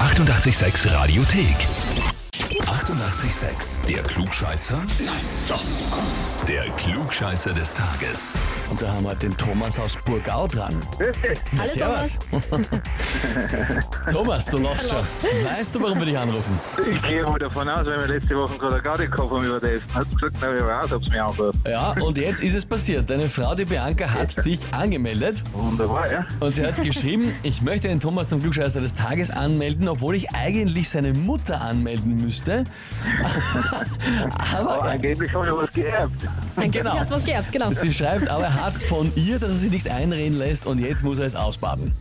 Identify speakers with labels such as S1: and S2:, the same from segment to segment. S1: 886 Radiothek. 88,6. Der Klugscheißer? Nein, doch. Der Klugscheißer des Tages.
S2: Und da haben wir den Thomas aus Burgau dran.
S3: Grüß dich.
S2: Na, servus. Thomas, du lachst schon. Weißt du, warum wir dich anrufen?
S3: Ich gehe mal davon aus, weil wir letzte Woche gerade eine Gaudi gehabt haben über das. Hat gesagt, na, ich weiß, ob es mir anruft.
S2: Ja, und jetzt ist es passiert. Deine Frau, die Bianca, hat dich angemeldet
S3: Wunderbar, ja?
S2: und sie hat geschrieben, ich möchte den Thomas zum Glückscheißer des Tages anmelden, obwohl ich eigentlich seine Mutter anmelden müsste.
S3: Aber
S2: Aber
S3: angeblich habe ich was geerbt.
S2: Genau.
S4: Angeblich hast du was geerbt, genau.
S2: sie schreibt, aber er hat's von ihr, dass er sich nichts einreden lässt und jetzt muss er es ausbaden.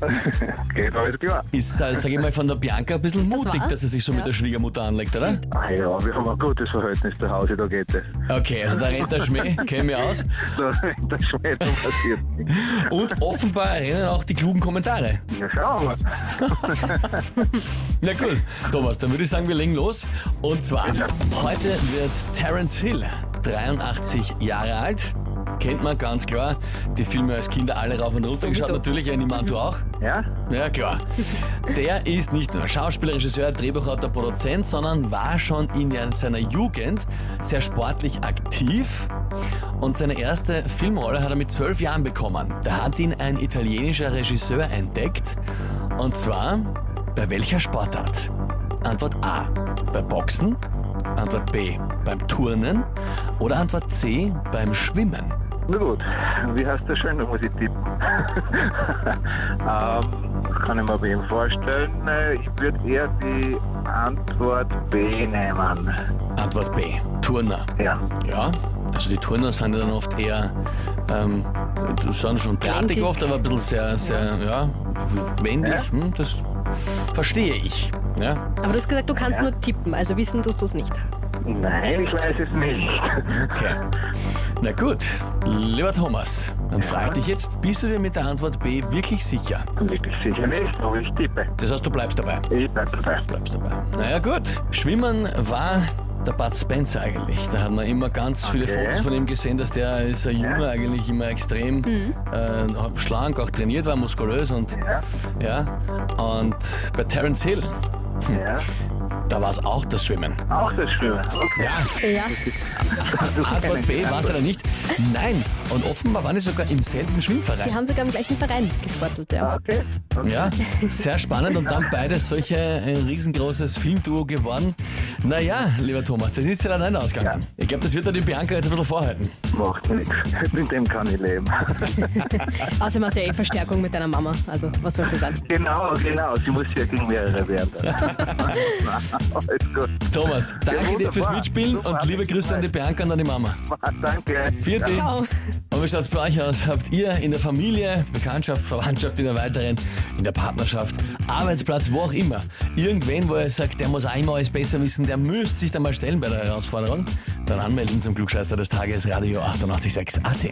S3: Geht alles klar.
S2: Ist, äh, sag ich mal, von der Bianca ein bisschen
S4: das
S2: mutig,
S4: wahr?
S2: dass er sich so mit
S4: Ja.
S2: der Schwiegermutter anlegt, oder?
S3: Ah ja, wir haben ein gutes Verhältnis zu Hause, da geht es.
S2: Okay, also da rennt der Schmäh, kennen wir aus.
S3: Da das ist mir jetzt passiert.
S2: Und offenbar rennen auch die klugen Kommentare.
S3: Ja, schauen wir.
S2: Na gut, Thomas, dann würde ich sagen, wir legen los. Und zwar, heute wird Terence Hill 83 Jahre alt. Kennt man ganz klar. Die Filme als Kinder alle rauf und runter geschaut. Natürlich, ja, niemand du auch.
S3: Ja?
S2: Ja, klar. Der ist nicht nur Schauspieler, Regisseur, Drehbuchautor, Produzent, sondern war schon in seiner Jugend sehr sportlich aktiv. Und seine erste Filmrolle hat er mit zwölf Jahren bekommen. Da hat ihn ein italienischer Regisseur entdeckt. Und zwar bei welcher Sportart? Antwort A. Bei Boxen. Antwort B. Beim Turnen. Oder Antwort C. Beim Schwimmen.
S3: Na gut. Wie heißt der schön? Da muss ich tippen. ähm, kann ich mir bei ihm vorstellen. Äh, Ich würde eher die Antwort B nehmen.
S2: Antwort B. Turner.
S3: Ja.
S2: Ja, also die Turner sind ja dann oft eher, ähm, die sind schon drahtig
S4: Lenkig.
S2: oft, aber ein bisschen sehr, sehr, ja, wendig.
S3: Ja.
S2: Hm, das verstehe ich. Ja,
S4: Aber du hast gesagt, du kannst nur tippen, also wissen tust du es nicht.
S3: Nein, ich weiß es nicht.
S2: okay. Na gut, lieber Thomas, dann frage ich dich jetzt, bist du dir mit der Antwort B wirklich sicher?
S3: Bin wirklich sicher nicht, aber ich tippe.
S2: Das heißt, du bleibst dabei.
S3: Ich bleib dabei.
S2: Bleibst dabei. Naja gut, Schwimmen war der Bud Spencer eigentlich. Da hat man immer ganz viele
S3: Okay.
S2: Fotos von ihm gesehen, dass der ist ein Junge eigentlich immer extrem
S3: Mhm.
S2: äh, schlank, auch trainiert war, muskulös und
S3: Ja,
S2: Ja, und bei Terence Hill,
S3: ja.
S2: da war es auch das Schwimmen.
S3: Auch das Schwimmen. Okay.
S2: Ja,
S4: Ja,
S2: Antwort B war es leider nicht. Nein, und offenbar waren die sogar im selben
S4: die
S2: Schwimmverein.
S4: haben sogar im gleichen Verein gesportelt, ja.
S3: Okay. okay.
S2: Ja, sehr spannend und dann beides solche ein riesengroßes Filmduo geworden. Naja, lieber Thomas, das ist ja dann nicht ausgegangen. Ich glaube, das wird dann die Bianca jetzt ein bisschen vorhalten.
S3: Macht nichts. Mit dem kann ich leben.
S4: Außerdem hast du ja eh Verstärkung mit deiner Mama, also was soll schon sein.
S3: genau, genau. Sie muss ja gegen mehrere werden. Alles gut.
S2: Thomas, danke dir fürs
S3: wunderbar.
S2: Mitspielen
S3: Super,
S2: und
S3: hat
S2: liebe
S3: mich
S2: Grüße an die Bianca und an die Mama.
S3: Danke.
S2: Vierte.
S4: Ciao.
S2: Und wie schaut's bei euch aus? Habt ihr in der Familie, Bekanntschaft, Verwandtschaft in der weiteren, in der Partnerschaft, Arbeitsplatz, wo auch immer, irgendwen, wo ihr sagt, der muss einmal alles besser wissen, der müsst sich da mal stellen bei der Herausforderung? Dann anmelden zum Glückscheißer des Tages, Radio 886 AT.